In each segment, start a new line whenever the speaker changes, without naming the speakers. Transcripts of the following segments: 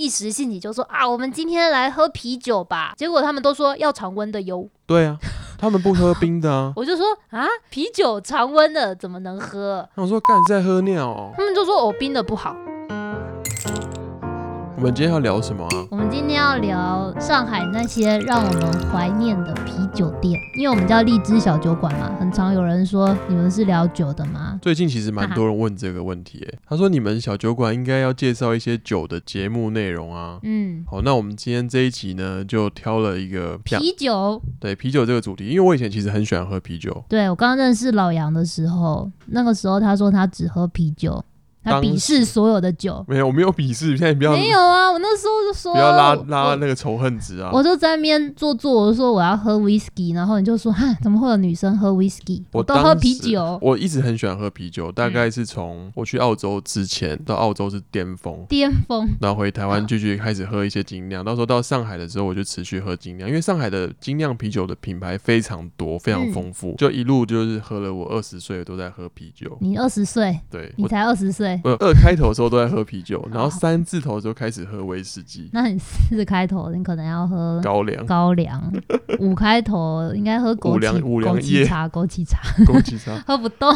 一时兴起就说啊，我们今天来喝啤酒吧。结果他们都说要常温的哟，。
对啊，他们不喝冰的啊
我就说啊，啤酒常温的怎么能喝？
那我说干你在喝尿哦。
他们就说哦，冰的不好。
我们今天要聊什么啊？
我们今天要聊上海那些让我们怀念的啤酒店，因为我们叫荔枝小酒馆嘛，很常有人说你们是聊酒的吗？
最近其实蛮多人问这个问题、诶，他说你们小酒馆应该要介绍一些酒的节目内容啊。
嗯，
好，那我们今天这一集呢，就挑了一个像
啤酒。
对啤酒这个主题，因为我以前其实很喜欢喝啤酒，
对我刚认识老杨的时候，那个时候他说他只喝啤酒，他
当时
鄙视所有的酒。
没有，我没有鄙视，现 在不要
没有啊，我那时候就说
不要拉拉
我
那个仇恨值啊。
我就在那边做作，我就说我要喝 whisky，然后你就说哈，怎么会有女生喝 whisky？
我
都
当
喝啤
时
酒。
我一直很喜欢喝啤酒，大
嗯
概是从我去澳洲之前到澳洲是巅峰，
巅峰，
然后回台
嗯
湾继续开始喝一些精酿，到时候到上海的时候我就持续喝精酿，因为上海的精酿啤酒的品牌非常多，非
嗯
常丰富，就一路就是喝了我二十岁都在喝啤酒，
你二十岁，
对
你
我。
才二十岁，
呃，二开头的时候都在喝啤酒，然后三字头的时候开始喝威士忌、
那你四十开头，你可能要喝
高粱、
高 粱；五开头应该喝枸
五粮
杞
五粮
枸
液
杞茶，枸杞茶
枸杞茶。
喝不动。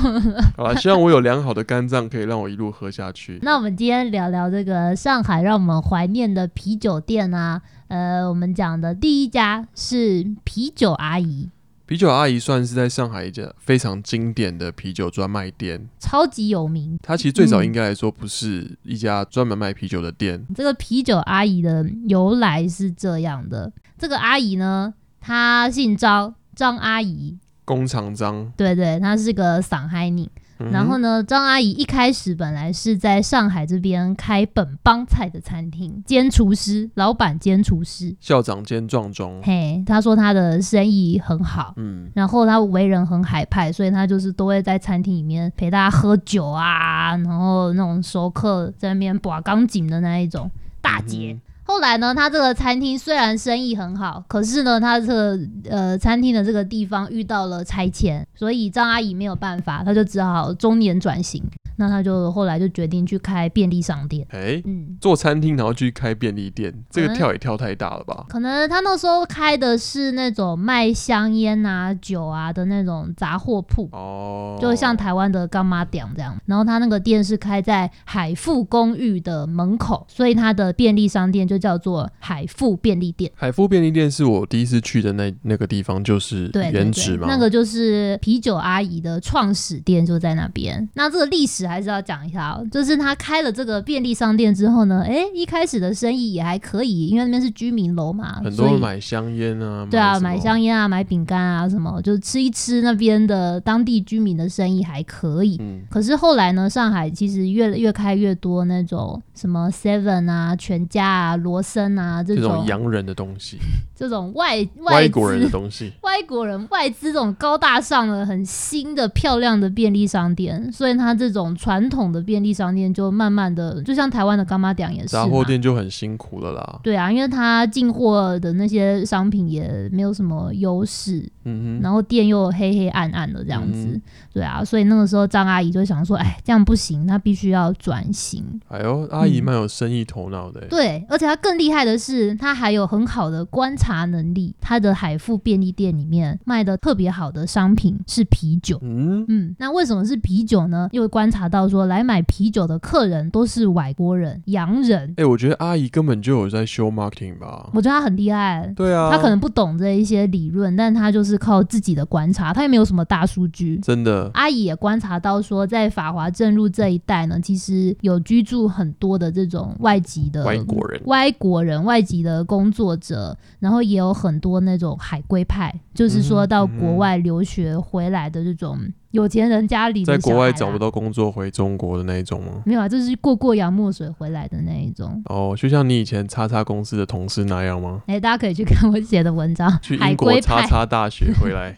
好啦，希望我有良好的肝脏，可以让我一路喝下去。
那我们今天聊聊这个上海让我们怀念的啤酒店啊，呃，我们讲的第一家是啤酒阿姨，
啤酒阿姨算是在上海一家非常经典的啤酒专卖店。
超级有名。
它其实最早
嗯
应该来说不是一家专门卖啤酒的店，
这个啤酒阿姨的由来是这样的：这个阿姨呢，她姓张，张阿姨，
工厂张。
对对，她是个上海人。
嗯
然后呢，张阿姨一开始本来是在上海这边开本帮菜的餐厅，兼厨师，老板兼厨师。
校长兼壮中，
嘿，她说她的生意很好。
嗯，
然后她为人很海派，所以她就是都会在餐厅里面陪大家喝酒啊，然后那种熟客在那边把钢琴的那一种大姐。
嗯
后来呢，他这个餐厅虽然生意很好，可是呢，他这个呃餐厅的这个地方遇到了拆迁，所以张阿姨没有办法，她就只好中年转型。那她就后来就决定去开便利商店。
哎、
嗯，
做餐厅然后去开便利店，这个
嗯
跳也跳太大了吧？
可能她那时候开的是那种卖香烟啊、酒啊的那种杂货铺。
哦，
就像台湾的干妈店这样，然后他那个店是开在海富公寓的门口，所以他的便利商店就叫做海富便利店。
海富便利店是我第一次去的那那个地方，就是
对对
原址
对，
嘛，
那个就是啤酒阿姨的创始店就在那边。那这个历史还是要讲一下哦，就是他开了这个便利商店之后呢，诶，一开始的生意也还可以，因为那边是居民楼嘛，
很
所
多
以
人买香烟啊，
对啊，
什么
买香烟啊，买饼干啊，什么就是吃一吃那边的当地居民的生意还可以。
嗯，
可是后来呢，上海其实越越开越多那种什么 Seven 啊、全家啊、罗森啊这
这
种
种洋人的东西，
这种外
外
外
国人
资
的东西，
外国人外资这种高大上的、很新的、漂亮的便利商店，所以它这种传统的便利商店就慢慢的，就像台湾的干妈店也是嘛啊
杂货店就很辛苦了啦。
对啊，因为它进货的那些商品也没有什么优势，
嗯哼，
然后店又黑黑暗暗的这样子，
嗯
对啊，所以那个时候张阿姨就想说，哎，这样不行，她必须要转型。
哎呦，阿姨
嗯
蛮有生意头脑的欸、
对，而且她更厉害的是，她还有很好的观察能力。她的海富便利店里面卖的特别好的商品是啤酒。
嗯，
嗯，那为什么是啤酒呢？因为观察到说来买啤酒的客人都是外国人、洋人，
哎、我觉得阿姨根本就有在修 marketing 吧？
我觉得他很厉害。
对啊，
他可能不懂这一些理论，但他就是靠自己的观察，他也没有什么大数据。
真的，
阿姨也观察到说，在法华镇路这一带呢，其实有居住很多的这种外籍的
外国人
外国人、外籍的工作者，然后也有很多那种海归派，就是说
嗯
到
嗯
国外留学回来的这种有钱人家里的
在国
小
外
孩啊
找
啦
不到工作回中国的那一种吗？
没有啊，就是过过洋墨水回来的那一种。
哦，就像你以前叉叉公司的同事那样吗？
哎，大家可以去看我写的文章
去
《海
英国
归
叉
派》。
叉大学回 来，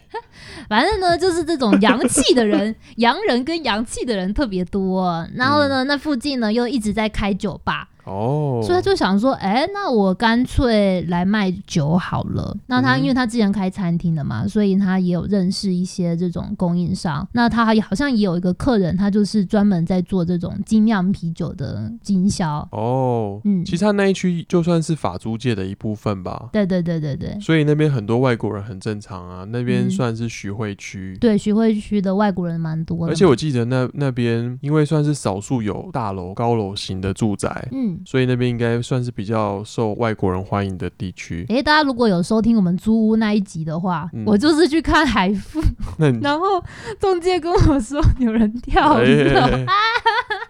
反正呢，就是这种洋气的 人，洋人跟洋气的人特别多。然后呢，那附近呢又一直在开酒吧，
嗯哦，
所以他就想说，哎、那我干脆来卖酒好了。那他
嗯
因为他之前开餐厅的嘛，所以他也有认识一些这种供应商。那他还好像也有一个客人，他就是专门在做这种精酿啤酒的经销。
哦，
嗯
其实他那一区就算是法租界的一部分吧，
对对对对对。
所以那边很多外国人很正常啊，那边
嗯
算是徐汇区。
对，徐汇区的外国人蛮多的，
而且我记得那那边，因为算是少数有大楼、高楼型的住宅，
嗯，
所以那边应该算是比较受外国人欢迎的地区。
诶，大家如果有收听我们租屋那一集的话，
嗯
我就是去看海富，
那你
然后中介跟我说有人跳
哎
楼。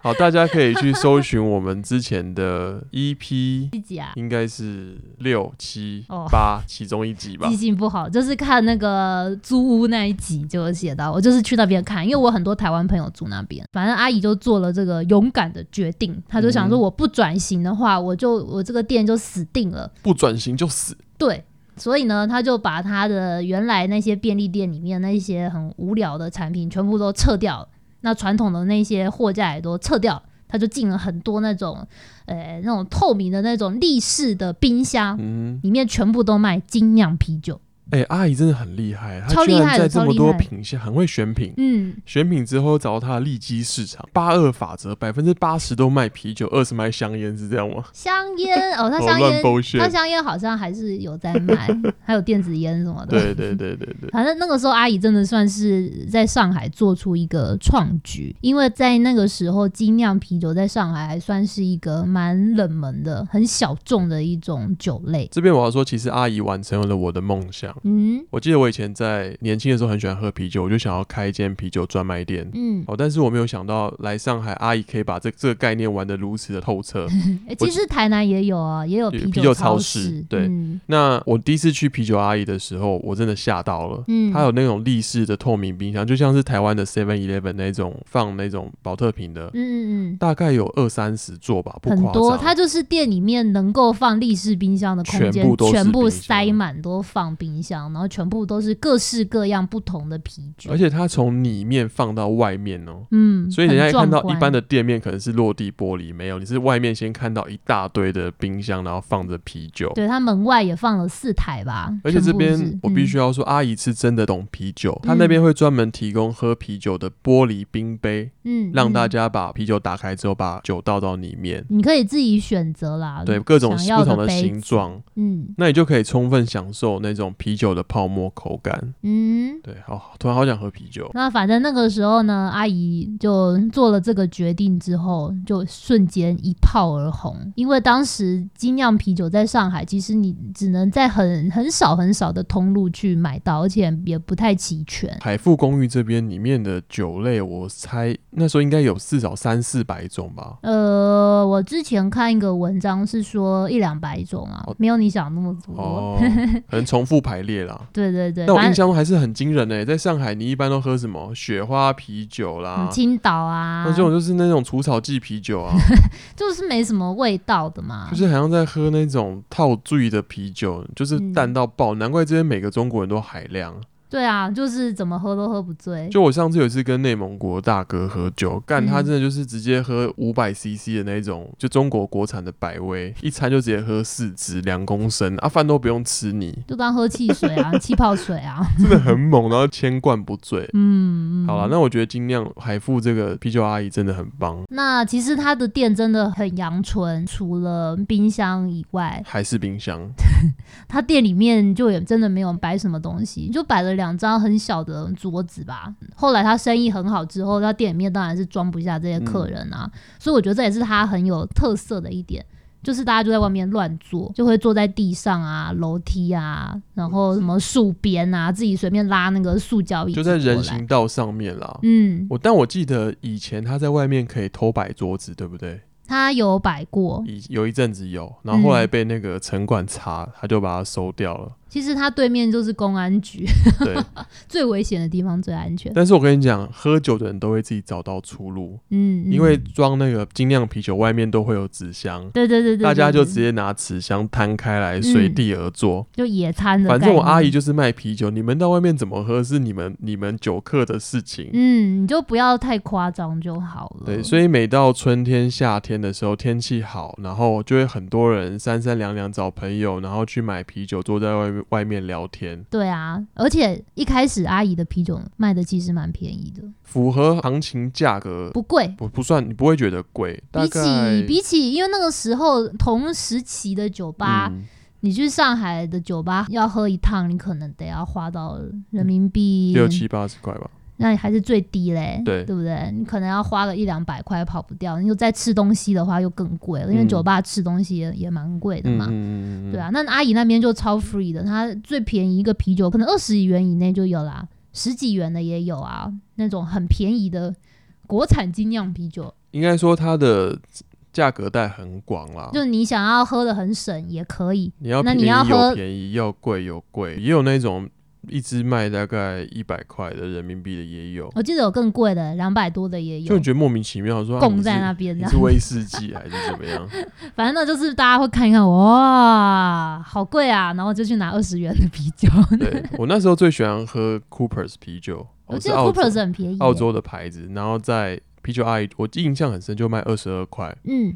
好，大家可以去搜寻我们之前的 EP，
一集啊，
应该是六、七
哦、
八其中一集吧
记。性不好，就是看那个租屋那一集就有写到，我就是去那边看，因为我很多台湾朋友住那边，反正阿姨就做了这个勇敢的决定，她就想说
嗯
我不转型的话，我就我这个店就死定了，
不转型就死。
对。所以呢，她就把她的原来那些便利店里面那些很无聊的产品全部都撤掉了，那传统的那些货架也都撤掉了，她就进了很多那种，呃，那种透明的那种立式的冰箱，
嗯，
里面全部都卖精酿啤酒。
哎、阿姨真的很厉害，
超
她居
厉害
然在
的
这
超
么
厉
多
害
品相很会选品。
嗯，
选品之后找到她的利基市场，八二法则，百分之八十都卖啤酒，二十卖香烟，是这样吗？
香烟哦，他
哦
香
乱
烟，
bullshit
他香烟好像还是有在 卖，还有电子烟什么的。
对对对对对，
反正那个时候，阿姨真的算是在上海做出一个创举，因为在那个时候，精酿啤酒在上海还算是一个蛮冷门的、很小众的一种酒类。
这边我要说，其实阿姨完成了我的梦想。
嗯
我记得我以前在年轻的时候很喜欢喝啤酒，我就想要开一间啤酒专卖店。
嗯，
哦，但是我没有想到来上海，阿姨可以把这这个概念玩得如此的透 彻。
诶哎其实台南也有啊，也有
对
啤
啤酒超
超
市对
嗯
那我第一次去啤酒阿姨的时候，我真的吓到了。
嗯，
它有那种立式的透明冰箱，就像是台湾的 Seven Eleven 那种放那种保特瓶的，
嗯嗯嗯。
大概有二三十座吧，不
很
夸
多，
张。
它就是店里面能够放立式冰箱的空间，
全部都是冰箱
塞满，都放冰箱，然后全部都是各式各样不同的啤酒。
而且它从里面放到外面哦、
嗯，
所以人家
很
一看到
壮观
一般的店面可能是落地玻璃，没有，你是外面先看到一大堆的冰箱，然后放着啤酒。
对他门外也放了四台吧，
而且这
全部是
边我必须要说，阿姨是真的懂啤酒，她
嗯
那边会专门提供喝啤酒的玻璃冰杯，
嗯，嗯
让
嗯
大。家把啤酒打开之后，把酒倒到里面。
你可以自己选择啦，
对各种
嗯想要
不同的
杯
形
子，
状，
嗯
那你就可以充分享受那种啤酒的泡沫口感。
嗯。
对，好，突然好想喝啤酒。
那反正那个时候呢，阿姨就做了这个决定之后，就瞬间一炮而红。因为当时精酿啤酒在上海，其实你只能在很很少很少的通路去买到，而且也不太齐全。
海富公寓这边里面的酒类，我猜那时候应该有至少三四百种吧。
呃，我之前看一个文章是说一两百种啊
哦，
没有你想那么多。
哦，可能重复排列啦。
对对对，
但我
反
印
正
象中还是很惊人诶、在上海你一般都喝什么雪花啤酒啦
嗯，青岛啊，
那这种就是那种除草剂啤酒 啊，
就是没什么味道的嘛。
就是好像在喝那种套醉的啤酒，就是
嗯
淡到爆。难怪这边每个中国人都海量。
对啊，就是怎么喝都喝不醉。
就我上次有一次跟内蒙古大哥喝酒，干
嗯
他真的就是直接喝五百 CC 的那种，就中国国产的百威，一餐就直接喝四支两公升，啊饭都不用吃你，
就当喝汽水 啊，气泡水啊，
真的很猛，然后千罐不醉。
嗯，嗯
好了，那我觉得精酿海富这个啤酒阿姨真的很棒，
那其实它的店真的很阳春，除了冰箱以外，
还是冰箱，
它店里面就也真的没有摆什么东西，就摆了两张很小的桌子吧。后来他生意很好之后，他店里面当然是装不下这些
嗯
客人啊，所以我觉得这也是他很有特色的一点。就是大家就在外面乱坐，就会坐在地上啊、楼梯啊，然后什么树边啊，自己随便拉那个塑胶椅子
就
过
在
来，
人行道上面啦。
嗯，
我但我记得以前他在外面可以偷摆桌子，对不对？
他有摆过，嗯
以有一阵子有，然后后来被那个城管查，他就把它收掉了。
其实它对面就是公安局，
对，
最危险的地方最安全。
但是我跟你讲，喝酒的人都会自己找到出路，
嗯，嗯
因为装那个精酿啤酒外面都会有纸箱，
对对对对，
大家就
对
直接拿纸箱摊开来，随
嗯
地而坐。
就野餐的。
反正我阿姨，就是卖啤酒，你们到外面怎么喝是你们你们酒客的事情。
嗯，你就不要太夸张就好了。
对，所以每到春天、夏天的时候，天气好，然后就会很多人三三两两找朋友，然后去买啤酒，坐在外面外面聊天，
对啊，而且一开始阿姨的啤酒卖的其实蛮便宜的，
符合行情价格，
不贵。
不不算，你不会觉得贵，大
比
概嗯
起比起，因为那个时候同时期的酒吧，
嗯
你去上海的酒吧要喝一趟，你可能得要花到人民币
六七八十块吧，
那你还是最低嘞，
对
不对？你可能要花个一两百块跑不掉，你又再吃东西的话又更贵了，因为
嗯
酒吧吃东西也也蛮贵的
嗯
嘛。
嗯嗯嗯，
对啊，那阿姨那边就超 free 的，她最便宜一个啤酒可能二十元以内就有啦，十几元的也有啊，那种很便宜的国产精酿啤酒，
应该说它的价格带很广啦。
就你想要喝的很省也可以，
你要
那
便
你
宜
要喝
有便宜，要贵有贵，也有那种一支卖大概一百块的人民币的也有，
我记得有更贵的，两百多的也
就
哦有
你，觉得莫名其妙说啊
供
你
在
是
那边
你
的
是。威士忌还是怎么 样？
反正呢，就是大家会看一看，哇，好贵啊，然后就去拿二十元的啤酒。
对我那时候最喜欢喝 Cooper's 啤酒，
我
哦
记
是
得
澳洲
Cooper 是很便宜耶，
澳洲的牌子，然后在啤酒阿姨，我印象很深，就卖二十二块。
嗯，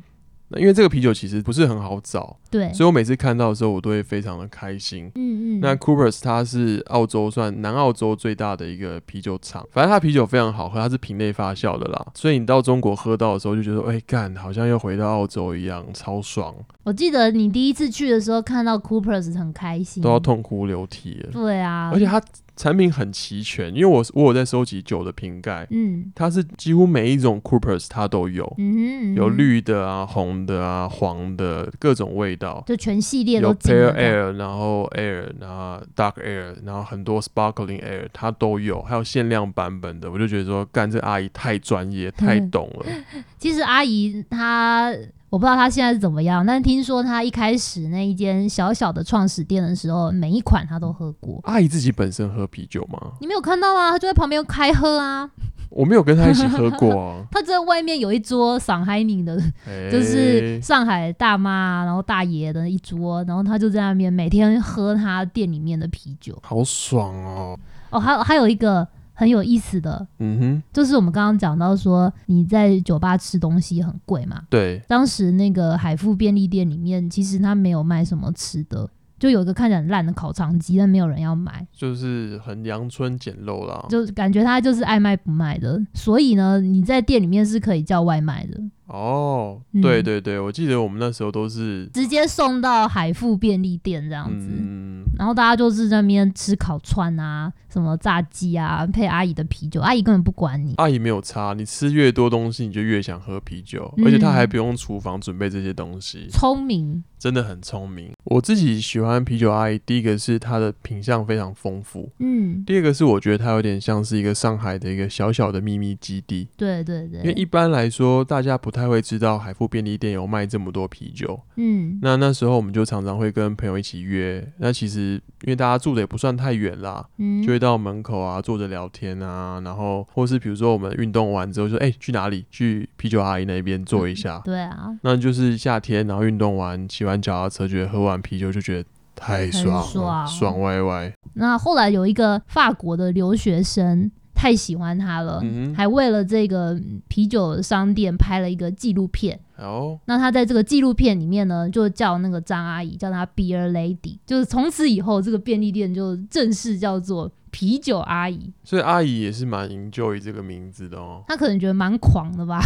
那因为这个啤酒其实不是很好找，
对，
所以我每次看到的时候，我都会非常的开心。
嗯嗯，
那 Coopers 它是澳洲算南澳洲最大的一个啤酒厂，反正它啤酒非常好喝，它是品类发酵的啦，所以你到中国喝到的时候就觉得，哎、干，好像又回到澳洲一样，超爽，
我记得你第一次去的时候看到 Coopers 很开心，
都要痛哭流涕了。
对啊，
而且它产品很齐全，因为我我有在收集酒的瓶盖，
嗯
它是几乎每一种 Coopers 它都有，
嗯哼嗯哼
有，绿的啊、红的啊、黄的各种味道，
就全系列都
有
进了
Pale
这样。
Air，然后 Air，然后 Dark Air，然后很多 Sparkling Air 它都有，还有限量版本的。我就觉得说，干这阿姨太专业，太懂了。
嗯其实阿姨她。我不知道她现在是怎么样，但听说她一开始那一间小小的创始店的时候，每一款她都喝过。
阿姨自己本身喝啤酒吗？
你没有看到吗？她就在旁边开喝啊，。
我没有跟她一起喝过啊
她在外面有一桌上海宁的
哎
就是上海大妈，然后大爷的一桌，然后他就在那边每天喝他店里面的啤酒。
好爽哦。
哦，还有还有一个很有意思的，
嗯哼，
就是我们刚刚讲到说你在酒吧吃东西很贵嘛，
对，
当时那个海富便利店里面其实他没有卖什么吃的。就有一个看起来很烂的烤肠机，但没有人要买，
就是很阳春简陋啦。
就感觉他就是爱卖不卖的。所以呢，你在店里面是可以叫外卖的，
哦，
嗯
对对对，我记得我们那时候都是。
直接送到海富便利店这样子。
嗯，
然后大家就是在那边吃烤串啊，什么炸鸡啊，配阿姨的啤酒，阿姨根本不管你。
阿姨没有差，你吃越多东西，你就越想喝啤酒，
嗯
而且她还不用厨房准备这些东西，
聪明，
真的很聪明。我自己喜欢啤酒阿姨，第一个是它的品相非常丰富，
嗯，
第二个是我觉得它有点像是一个上海的一个小小的秘密基地，
对对
因
对，
为一般来说大家不太会知道海富便利店有卖这么多啤酒。
嗯
那那时候我们就常常会跟朋友一起约，那其实因为大家住的也不算太远啦，
嗯
就，会到门口啊坐着聊天啊，然后或是比如说我们运动完之后就哎、去哪里去啤酒阿姨那边坐一下，
对啊，
那就是夏天，然后运动完、骑完脚踏车，觉得喝完啤酒就觉得太爽了，
很爽
歪歪。
那后来有一个法国的留学生太喜欢他了，
嗯哼，
还为了这个啤酒商店拍了一个纪录片。
好，
那他在这个纪录片里面呢，就叫那个张阿姨叫她 Beer Lady，就是从此以后这个便利店就正式叫做啤酒阿姨。
所以阿姨也是蛮 enjoy 这个名字 的哦。
她可能觉得蛮狂的吧，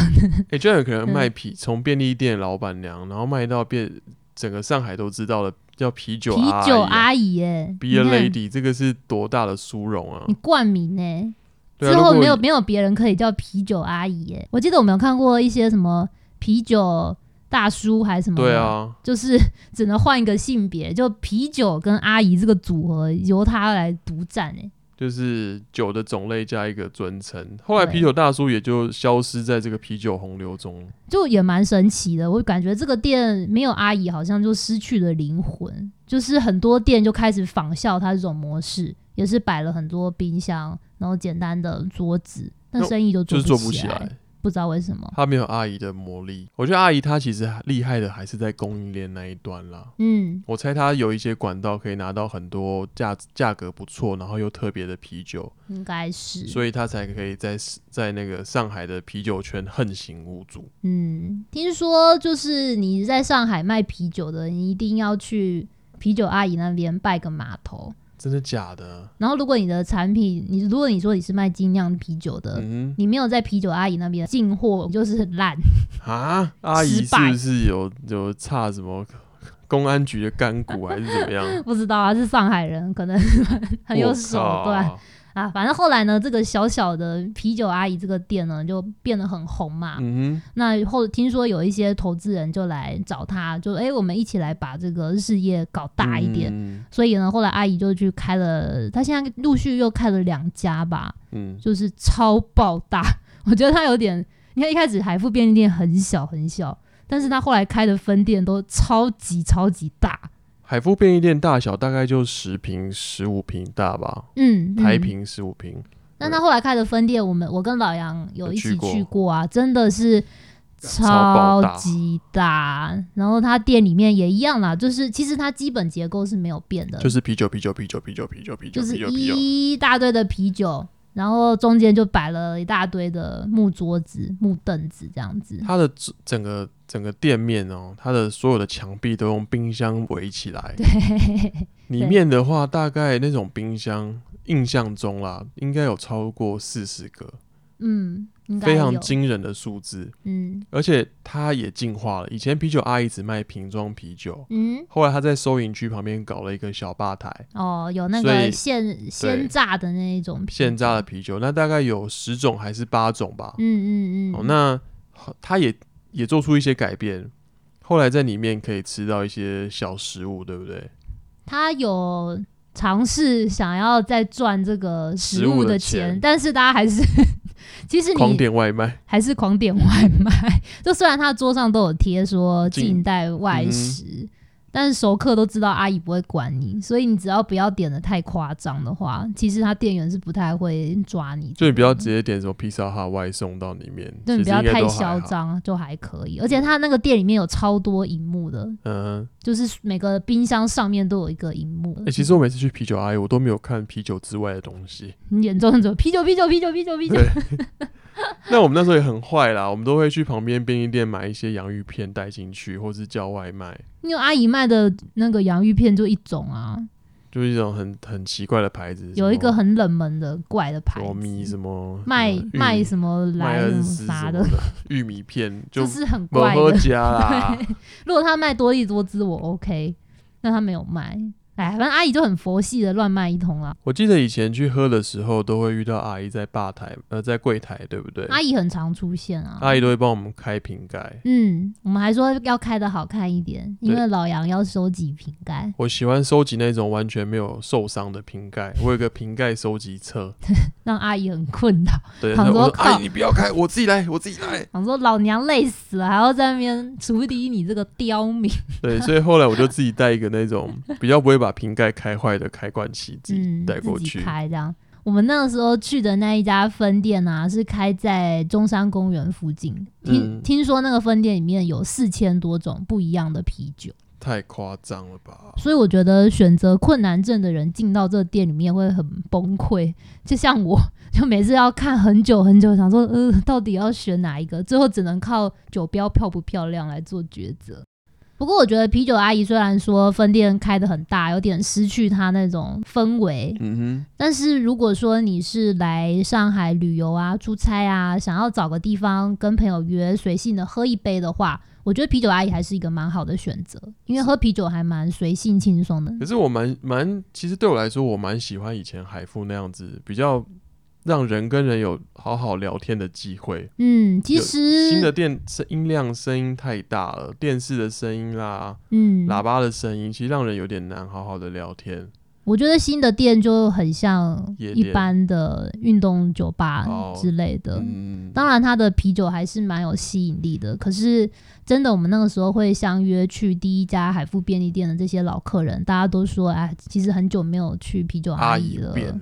哎、居然有可
嗯
能卖啤，从便利店老板娘，然后卖到变整个上海都知道了，叫啤酒阿姨、啊
啤酒阿姨耶、
Be
你
a
看
lady，这个是多大的殊荣啊
你！冠名呢、
对啊
之后
如果
没有没有别人可以叫啤酒阿姨耶、我记得我们有看过一些什么啤酒大叔还是什么，
对，啊，
就是 只能换一个性别，就啤酒跟阿姨这个组合由他来独占哎、
就是酒的种类加一个尊称。后来
对
啤酒大叔也就消失在这个啤酒洪流中。
就也蛮神奇的。我感觉这个店没有阿姨，好像就失去了灵魂。就是很多店就开始仿效它这种模式，也是摆了很多冰箱，然后简单的桌子，但
那
生意就
哦就是做不
起
起
来，
来，
不知道为什么。
他没有阿姨的魔力。我觉得阿姨她其实厉害的还是在供应链那一端啦。
嗯，
我猜她有一些管道可以拿到很多价价格不错，然后又特别的啤酒，
应该是，
所以她才可以在在那个上海的啤酒圈横行无阻。
嗯，听说就是你在上海卖啤酒的，你一定要去啤酒阿姨那边拜个码头。
真的假的？
然后，如果你的产品，你如果你说你是卖精酿啤酒的，
嗯
你没有在啤酒阿姨那边进货，你就是很烂。
啊，阿姨
失
是
败
不是有有差什么公安局的干股还是怎么样？
不知道啊，是上海人，可能很有手
我靠
段啊。反正后来呢，这个小小的啤酒阿姨这个店呢，就变得很红嘛。
嗯
那后听说有一些投资人就来找他，就哎、诶我们一起来把这个事业搞
哼，
大一点。
嗯
所以呢，后来阿姨就去开了，她现在陆续又开了两家吧，
嗯，
就是超爆大。我觉得她有点，你看一开始海富便利店很小很小，但是她后来开的分店都超级超级大，
海富便利店大小大概就十平、十五平大吧，
嗯，
台
嗯
平十五平，
那他后来开的分店，我们我跟老杨有一起
有去过
去过啊，真的是超
爆大
级大。然后他店里面也一样啦，就是其实它基本结构是没有变的，
就是啤酒、啤酒、啤酒、啤酒、啤酒、啤酒、
就是
啤酒、啤酒。
一大堆的啤酒，然后中间就摆了一大堆的木桌子、木凳子这样子。
它的整整个整个店面哦，它的所有的墙壁都用冰箱围起来。里面的话，大概那种冰箱，印象中啦，应该有超过四十个，
嗯，应该
非常
有
惊人的数字。
嗯
而且它也进化了，以前啤酒阿姨只卖瓶装啤酒，
嗯
后来她在收银区旁边搞了一个小吧台，
哦，有那
所
个
以
现鲜榨的那一种啤酒
现榨的啤酒，那大概有十种还是八种吧。
嗯嗯嗯，
哦，那它也也做出一些改变，后来在里面可以吃到一些小食物，对不对？
他有尝试想要再赚这个食
食
物
物的
的
钱
钱，但是大家还是，其实
狂
你
点外卖，
还是狂点外卖。 就虽然他桌上都有贴说
近
近代
嗯
外食，但是熟客都知道阿姨不会管你，所以你只要不要点的太夸张的话，其实他店员是不太会抓你的。
就你不要直接点什么披萨哈外送到里面，
就你不
其实
要
应该
太
都
嚣
还好。
张，就还可以。而且他那个店里面有超多荧幕的，
嗯，
就是每个冰箱上面都有一个荧幕。
哎、其实我每次去啤酒阿姨，我都没有看啤酒之外的东西。
你眼中只啤酒，啤酒，啤酒，啤酒，啤酒。
对，那我们那时候也很坏啦，我们都会去旁边便利店买一些洋芋片带进去，或是叫外卖，
因为阿姨卖的那个洋芋片就一种啊，
就是一种很很奇怪的牌子，
有一个
什么
很冷门的怪的牌
罗米
子，
什么
卖
什么玉
卖什么
麦
来什
恩
么
斯
啥
什么
的
的，玉米 片，
就
就是
很
某
怪
喝
的。
家 啦。
如果他卖多利多汁，我 OK，那他没有卖。哎，反正阿姨就很佛系的乱卖一通啦。
我记得以前去喝的时候，都会遇到阿姨在吧台，呃，在柜台，对不对？
阿姨很常出现啊。
阿姨都会帮我们开瓶盖。
嗯，我们还说要开的好看一点，因
对
为老杨要收集瓶盖。
我喜欢收集那种完全没有受伤的瓶盖，我有个瓶盖收集册。
让阿姨很困扰，
对，
想
她
说
我说
靠
阿姨你不要开，我自己来，我自 己来。
想说老娘累死了，还要在那边处理你这个刁民。
对，所以后来我就自己带一个那种比较不会把瓶盖开坏的开罐器，自己
嗯，
带过
自己
去。
开这样。我们那个时候去的那一家分店啊，是开在中山公园附近。听、
嗯
听说那个分店里面有四千多种不一样的啤酒，
太夸张了吧？
所以我觉得选择困难症的人进到这个店里面会很崩溃。就像我， 就每次要看很久很久，想说呃，到底要选哪一个？最后只能靠酒标漂不漂亮来做抉择。不过我觉得啤酒阿姨虽然说分店开得很大，有点失去它那种氛围，
嗯
但是如果说你是来上海旅游啊、出差啊，想要找个地方跟朋友约，随性的喝一杯的话，我觉得啤酒阿姨还是一个蛮好的选择，因为喝啤酒还蛮随性轻松的
哼。。可是我蛮蛮，其实对我来说，我蛮喜欢以前海富那样子，比较让人跟人有好好聊天的机会。
嗯，其
新的
实，
电声音量声音太大了，电视的声音啦、
嗯，
喇叭的声音，其实让人有点难好好的聊天。
我觉得新的店就很像
夜
一
店
般的运动酒吧
哦
之类的。
嗯，
当然，它的啤酒还是蛮有吸引力的。可是，真的，我们那个时候会相约去第一家海富便利店的这些老客人，大家都说，哎，其实很久没有去啤酒
阿
姨
姨
了，
变了，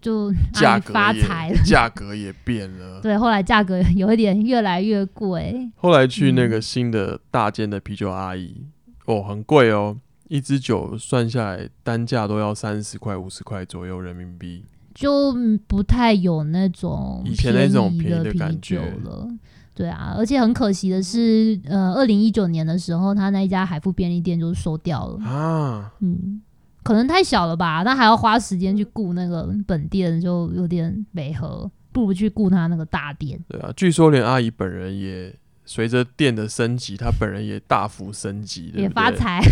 就阿
价
姨
格
发
也
财了。
价格也变了。
对，后来价格有一点越来越贵，
后来去那个
嗯
新的大间的啤酒阿姨，哦，很贵哦，一支酒算下来单价都要三十块、五十块左右人民币。
就不太有那种
以前那种
便宜
便宜
的
的
啤
感觉
酒了。对啊，而且很可惜的是，呃，二零一九年的时候，他那一家海富便利店就收掉了。
啊，
嗯，可能太小了吧？那还要花时间去顾那个本店，就有点违和，不如去顾他那个大店。
对啊，据说连阿姨本人也随着店的升级，她本人也大幅升级，对
也
不
发
对，
财，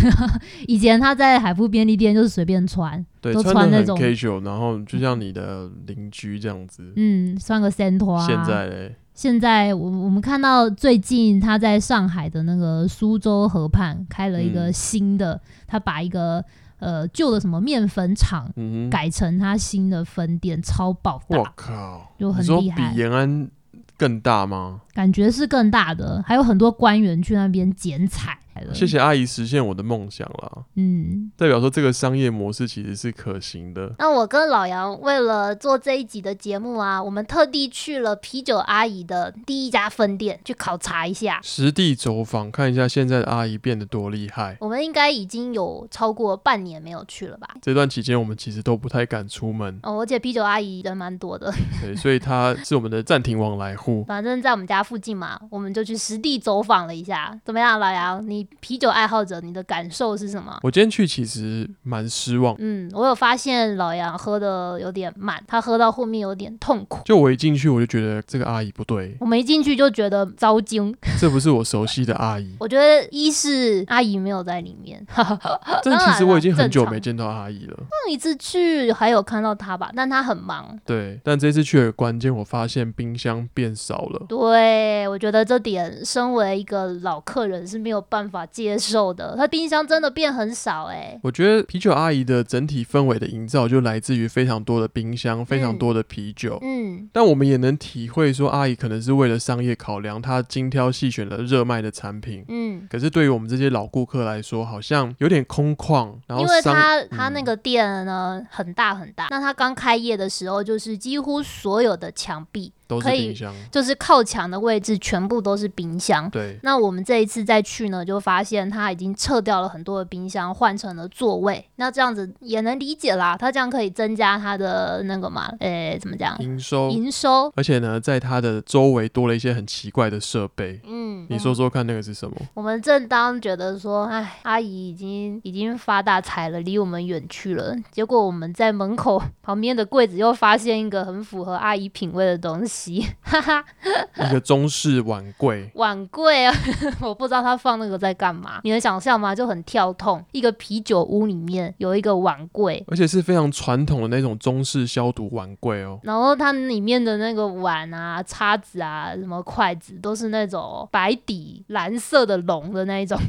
以前他在海富便利店就是随便穿，
对，
都
穿
穿
的
那
很
种
casual，然后就像你的邻居这样子。
嗯，穿个三拖、啊。
现在嘞，
现在我我们看到最近他在上海的那个苏州河畔开了一个
嗯
新的，他把一个呃旧的什么面粉厂
嗯哼，
改成他新的分店，超爆
我
大，
靠，
就很
你说
厉害
比延安更大吗？
感觉是更大的，还有很多官员去那边剪彩了。
谢谢阿姨实现我的梦想啦，
嗯，
代表说这个商业模式其实是可行的。
那我跟老杨为了做这一集的节目啊，我们特地去了啤酒阿姨的第一家分店去考察一下。
实地走访看一下现在的阿姨变得多厉害。
我们应该已经有超过半年没有去了吧？，
这段期间我们其实都不太敢出门
哦，而且啤酒阿姨人蛮多的，
对，所以她是我们的暂停往来户。
反正在我们家附近嘛，我们就去实地走访了一下。怎么样，老杨？你啤酒爱好者，你的感受是什么？
我今天去其实蛮失望，
嗯，我有发现老杨喝的有点慢，他喝到后面有点痛苦。
就我一进去我就觉得这个阿姨不 对，
我们一进去就觉得糟惊，。
这不是我熟悉的阿姨
我觉得一是阿姨没有在里面，
但其实我已经很久
正常
没见到阿姨了。
上一次去还有看到他吧，但他很忙。
对，但这次去的关键，我发现冰箱变少了。
对，我觉得这点身为一个老客人是没有办法接受的。他冰箱真的变很少哎、
我觉得啤酒阿姨的整体氛围的营造，就来自于非常多的冰箱，非常多的啤酒。
嗯，
但我们也能体会说，阿姨可能是为了商业考量，她精挑细选了热卖的产品。
嗯，
可是对于我们这些老顾客来说，好像有点空旷，然后
因为
商
他他
嗯
那个店呢很大很大，那他刚开业的时候就是几乎所有的墙壁，
都是
可以
冰箱。
就是靠墙的位置全部都是冰箱。
对，
那我们这一次再去呢，就发现他已经撤掉了很多的冰箱，换成了座位。那这样子也能理解啦，他这样可以增加他的那个嘛，诶、怎么讲，
营收，
营收。
而且呢，在它的周围多了一些很奇怪的设备。
嗯，
你说说看，那个是什么？
我们正当觉得说，哎，阿姨已经已经发大财了，离我们远去了。结果我们在门口 旁边的柜子又发现一个很符合阿姨品味的东西，哈哈，
一个中式碗柜。
碗柜啊， 我不知道他放那个在干嘛，你能想象吗？就很跳痛，一个啤酒屋里面有一个碗柜。
而且是非常传统的那种中式消毒碗柜哦，
然后它里面的那个碗啊、叉子啊、什么筷子，都是那种白底蓝色的龙的那一种。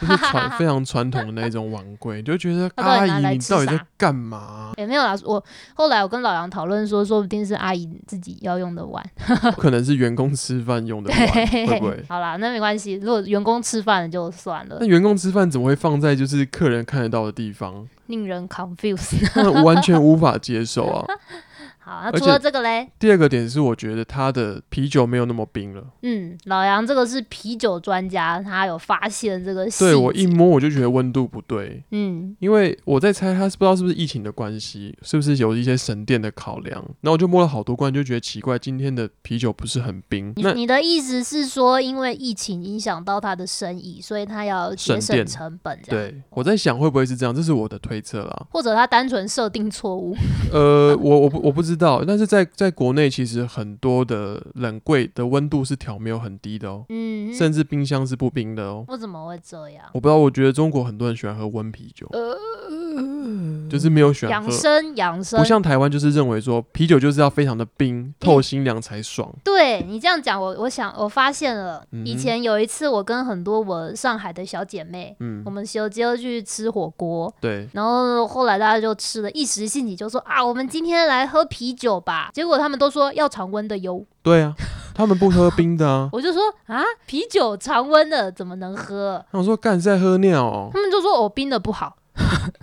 就是传非常传统的那种碗柜，你就觉得
那到
阿
底拿来
姨你
吃
到底在
啥
干嘛？
也没有啦，我后来我跟老杨讨论说，说不定是阿姨自己要用的碗。
可能是员工吃饭用的碗，会不会？
好啦，那没关系，如果员工吃饭了就算了
那，员工吃饭怎么会放在就是客人看得到的地方？
令人 confuse。
那完全无法接受啊！
好，那
而
除了
且
这个嘞，
第二个点是，我觉得它的啤酒没有那么冰了。
嗯，老杨这个是啤酒专家，他有发现这个细
对我一
节
摸我就觉得温度不对，
嗯
因为我在猜它是不知道是不是疫情的关系，是不是有一些神殿的考量。然后我就摸了好多罐，就觉得奇怪，今天的啤酒不是很冰。
你
那
你的意思是说，因为疫情影响到他的生意，所以他要节
省
省
电
成本，这样，
对我在想会不会是这样，这是我的推测啦。
或者他单纯设定错 误，
呃，我我不我不知道，但是在在国内其实很多的冷柜的温度是调没有很低的哦，
嗯，
甚至冰箱是不冰的哦。
为什么会这样？
我不知道，我觉得中国很多人喜欢喝温啤酒，
呃，
就是没有喜欢喝
养，生养生
不。像台湾就是认为说啤酒就是要非常的冰，
嗯
透心凉才爽。
对你这样讲，我我想我发现了，以
嗯哼
前有一次我跟很多我上海的小姐妹，
嗯
我，们有接着去吃火锅，
对，
然后后来大家就吃了，一时兴起就说啊，我们今天来喝啤酒吧。结果他们都说要常温的哟，。
对啊，他们不喝冰的啊
我就说啊，啤酒常温的怎么能喝？
那我说干你在喝尿哦，
他们就说我、哦、冰的不好。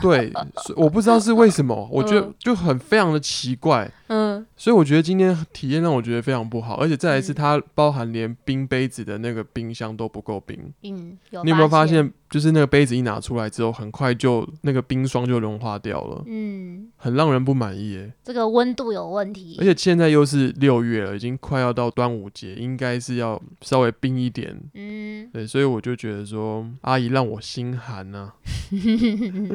对，所以我不知道是为什么，我觉得
嗯
就很非常的奇怪。
嗯，
所以我觉得今天体验让我觉得非常不好，而且再来是
嗯
它包含连冰杯子的那个冰箱都不够冰。
嗯，有
你有没有
发
发？现，就是那个杯子一拿出来之后，很快就那个冰霜就融化掉了，
嗯，
很让人不满意耶。
这个温度有问
而
题。
且现在又是六月了，已经快要到端午节，应该是要稍微冰一点。
嗯，
对，所以我就觉得说，阿姨让我心寒啊呐、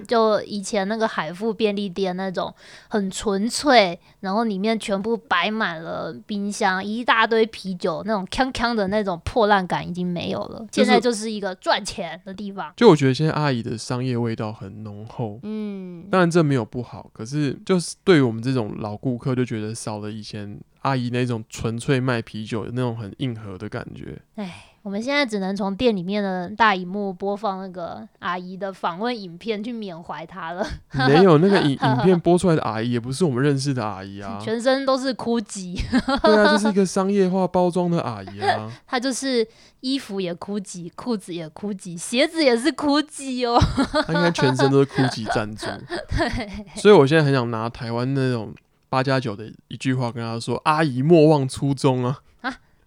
就以前那个海富便利店那种很纯粹，然后里面全部摆满了冰箱，一大堆啤酒，那种锵锵的那种破烂感已经没有了。
就是
现在就是一个赚钱的地方。
就我觉得现在阿姨的商业味道很浓厚，
嗯，
当然这没有不好，可是就是对于我们这种老顾客，就觉得少了以前阿姨那种纯粹卖啤酒的那种很硬核的感觉。
我们现在只能从店里面的大荧幕播放那个阿姨的访问影片去缅怀她了，
没有那个影影片播出来的阿姨，也不是我们认识的阿姨啊，
全身都是枯竭，
对啊，就是一个商业化包装的阿姨啊。
她就是衣服也枯竭，裤子也枯竭，鞋子也是枯竭哦。
他应该全身都是酷极赞助。所以我现在很想拿台湾那种八加九的一句话跟他说：“阿姨莫忘初衷啊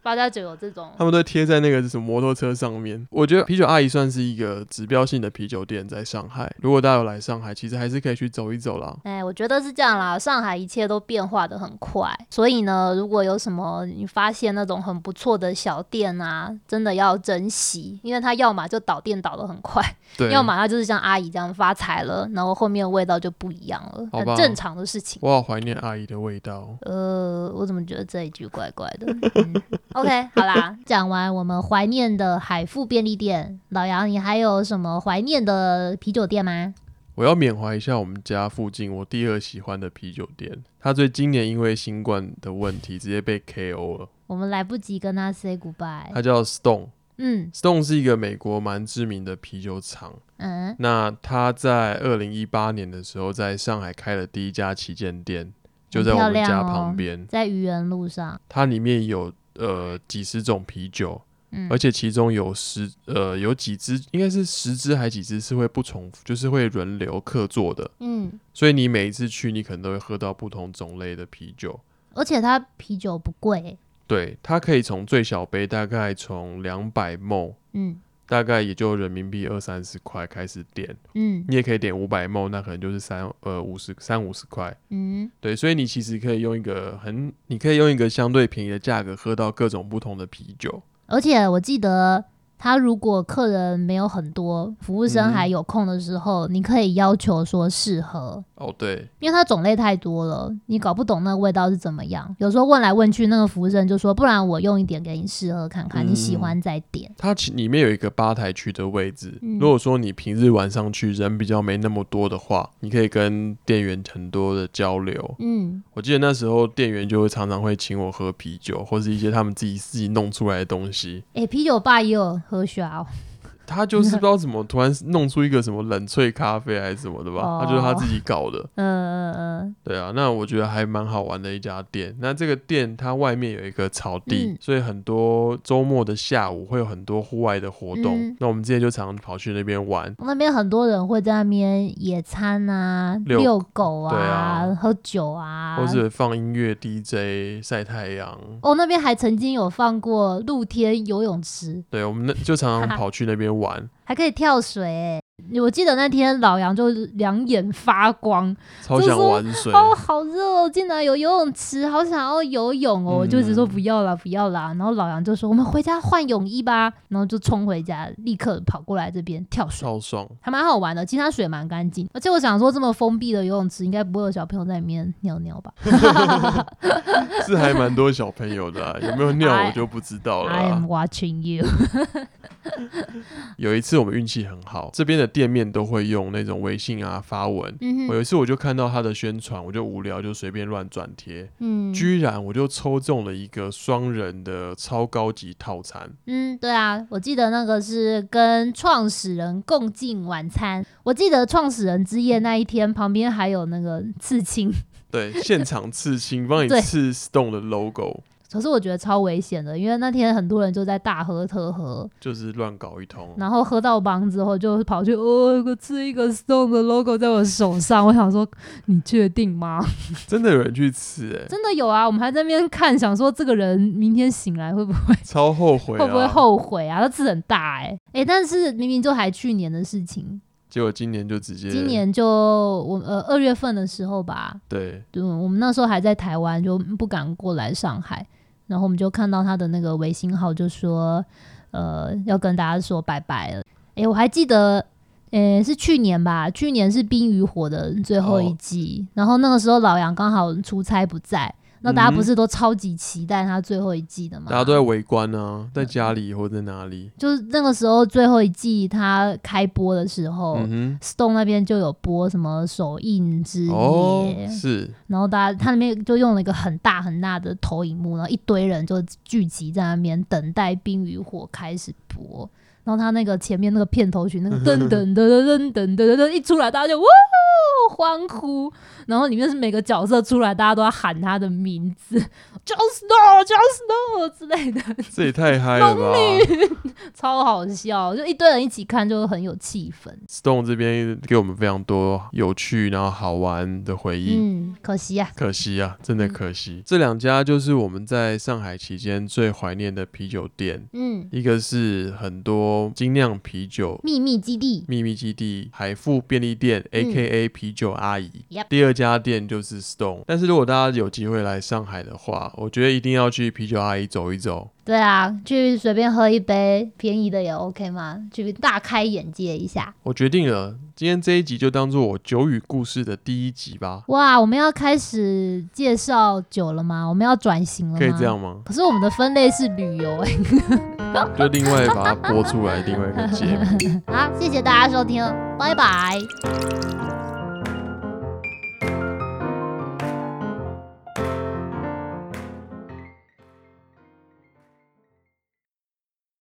八加九有这！”种
他，们都贴在那个什么摩托车上面。我觉得啤酒阿姨算是一个指标性的啤酒店，在上海。如果大家有来上海，其实还是可以去走一走啦。
哎，我觉得是这样啦。上海一切都变化的很快，所以呢，如果有什么你发现那种很不错的小店啊，真的要珍惜，因为它要么就倒店倒的很快，
对，
要么它就是像阿姨这样发财了，然后后面味道就不一样了，
好
很
吧
正常的事情。
我好怀念阿姨的味道。
呃，我怎么觉得这一句怪怪的、 嗯、？OK，好啦，
讲完我们怀念的海富便利店，老杨，你还有什么怀念的啤酒店吗？
我要缅怀一下我们家附近我第二喜欢的啤酒店，它最今年因为新冠的问题直接被 KO 了。
我们来不及跟他 say goodbye。
它叫 Stone。
嗯
Stone 是一个美国蛮知名的啤酒厂，
嗯，
那他在二零一八年的时候在上海开了第一家旗舰店，就在我们
很漂
家
亮哦
旁边。
在愚人路上，
它里面有呃几十种啤酒，
嗯
而且其中有十呃有几支应该是十支还几支是会不重复，就是会轮流客座的。
嗯，
所以你每一次去，你可能都会喝到不同种类的啤酒。
而且它啤酒不贵，
对，它可以从最小杯大概从两百梦，
嗯
大概也就人民币二三十块开始点。
嗯
你也可以点五百梦，那可能就是三呃五十三五十块。
嗯，
对，所以你其实可以用一个很，你可以用一个相对便宜的价格喝到各种不同的啤酒。
而且我记得。他如果客人没有很多，服务生
嗯
还有空的时候，你可以要求说试喝，
哦，对，
因为它种类太多了，你搞不懂那个味道是怎么样。有时候问来问去，那个服务生就说：“不然我用一点给你试喝看看，
嗯
你喜欢再点。
它其里面有一个吧台区的位置。
嗯
如果说你平日晚上去人比较没那么多的话，你可以跟店员很多的交流”。
嗯，
我记得那时候店员就会常常会请我喝啤酒，或是一些他们自己自己弄出来的东西。
诶、啤酒吧也有喝虾哦。
他就是不知道怎么突然弄出一个什么冷萃咖啡还是什么的吧，他就是他自己搞的。
呃呃呃，
对啊，那我觉得还蛮好玩的一家店。那这个店它外面有一个草地，
嗯
所以很多周末的下午会有很多户外的活动。
嗯
那我们之前就常跑去那边玩。
那边很多人会在那边野餐啊、
遛
遛狗
对
啊、
啊
喝酒啊，
或是放音乐、DJ、晒太阳，
哦，那边还曾经有放过露天游泳池，
对，我们那就常常跑去那边玩，
还可以跳水、欸。我记得那天老杨就两眼发光，
超想玩水。
哦， 好热哦！竟然有游泳池，好想要游泳哦！
嗯
我就一直说不要啦，不要啦。然后老杨就说：“我们回家换泳衣吧。”然后就冲回家，立刻跑过来这边跳水，
超爽，
还蛮好玩的。其实它水蛮干净，而且我想说，这么封闭的游泳池，应该不会有小朋友在里面尿尿吧
是还蛮多小朋友的啊、有没有尿我就不
哎
知道了啊、
？I am watching you
有一次我们运气很好，这边的的店面都会用那种微信啊发文。
嗯
我
哼，
有一次我就看到他的宣传，我就无聊就随便乱转贴，
嗯
居然我就抽中了一个双人的超高级套餐。
嗯，对啊，我记得那个是跟创始人共进晚餐。我记得创始人之夜那一天，旁边还有那个刺青，
对，现场刺青，帮你
对
刺 Stone 的 logo，
可是我觉得超危险的，因为那天很多人就在大喝特喝，
就是乱搞一通。
然后喝到帮之后就跑去哦，吃一个 Stone 的 logo 在我手上，我想说你确定吗？
真的有人去刺、欸，
真的有啊，我们还在那边看，想说这个人明天醒来会不会
超后悔、啊，
会不会？后悔啊？他字很大哎、欸、哎、但是明明就还去年的事情，
结果今年就直接，
今年就我呃二月份的时候吧，
对，
对，我们那时候还在台湾，就不敢过来上海，然后我们就看到他的那个微信号，就说呃要跟大家说拜拜了。诶、我还记得，诶、是去年吧，去年是《冰与火》的最后一
哦
季，然后那个时候老杨刚好出差不在。那大家
嗯
不是都超级期待他最后一季的吗？
大家都在围观啊，在家里或者在哪里，
就是那个时候最后一季他开播的时候、
嗯
s t o n e 那边就有播什么首映之
哼，
夜，
哦，是，
然后大家他那边就用了一个很大很大的投影幕，然后一堆人就聚集在那边等待《冰与火》开始播。然后他那个前面那个片头曲，那个噔噔噔噔噔噔噔噔一出来，大家就哇欢呼。然后里面是每个角色出来，大家都要喊他的名字，Jon Snow，Jon Snow 之类的，
这也太嗨了吧
超好笑。就一堆人一起看，就很有气氛。
！Stone 这边给我们非常多有趣然后好玩的回忆。
嗯，可惜啊，
可惜啊，真的可惜。这两家就是我们在上海期间最怀念的啤酒店，
嗯，
一个是很多精酿啤酒
秘密基地，
秘密基地海富便利店 （A.K.A. 啤酒阿姨）。
Yep
第二家店就是 Stone。但是如果大家有机会来上海的话，我觉得一定要去啤酒阿姨走一走。
对啊，去随便喝一杯便宜的也 OK 嘛，去大开眼界一下。
我决定了，今天这一集就当做我酒语故事的第一集吧，
哇，我们要开始介绍酒了吗？我们要转型了吗？
可以这。样吗？
可是我们的分类是旅游哎、
就另外把它播出来，另外一个节目。
好，谢谢大家收听，拜拜。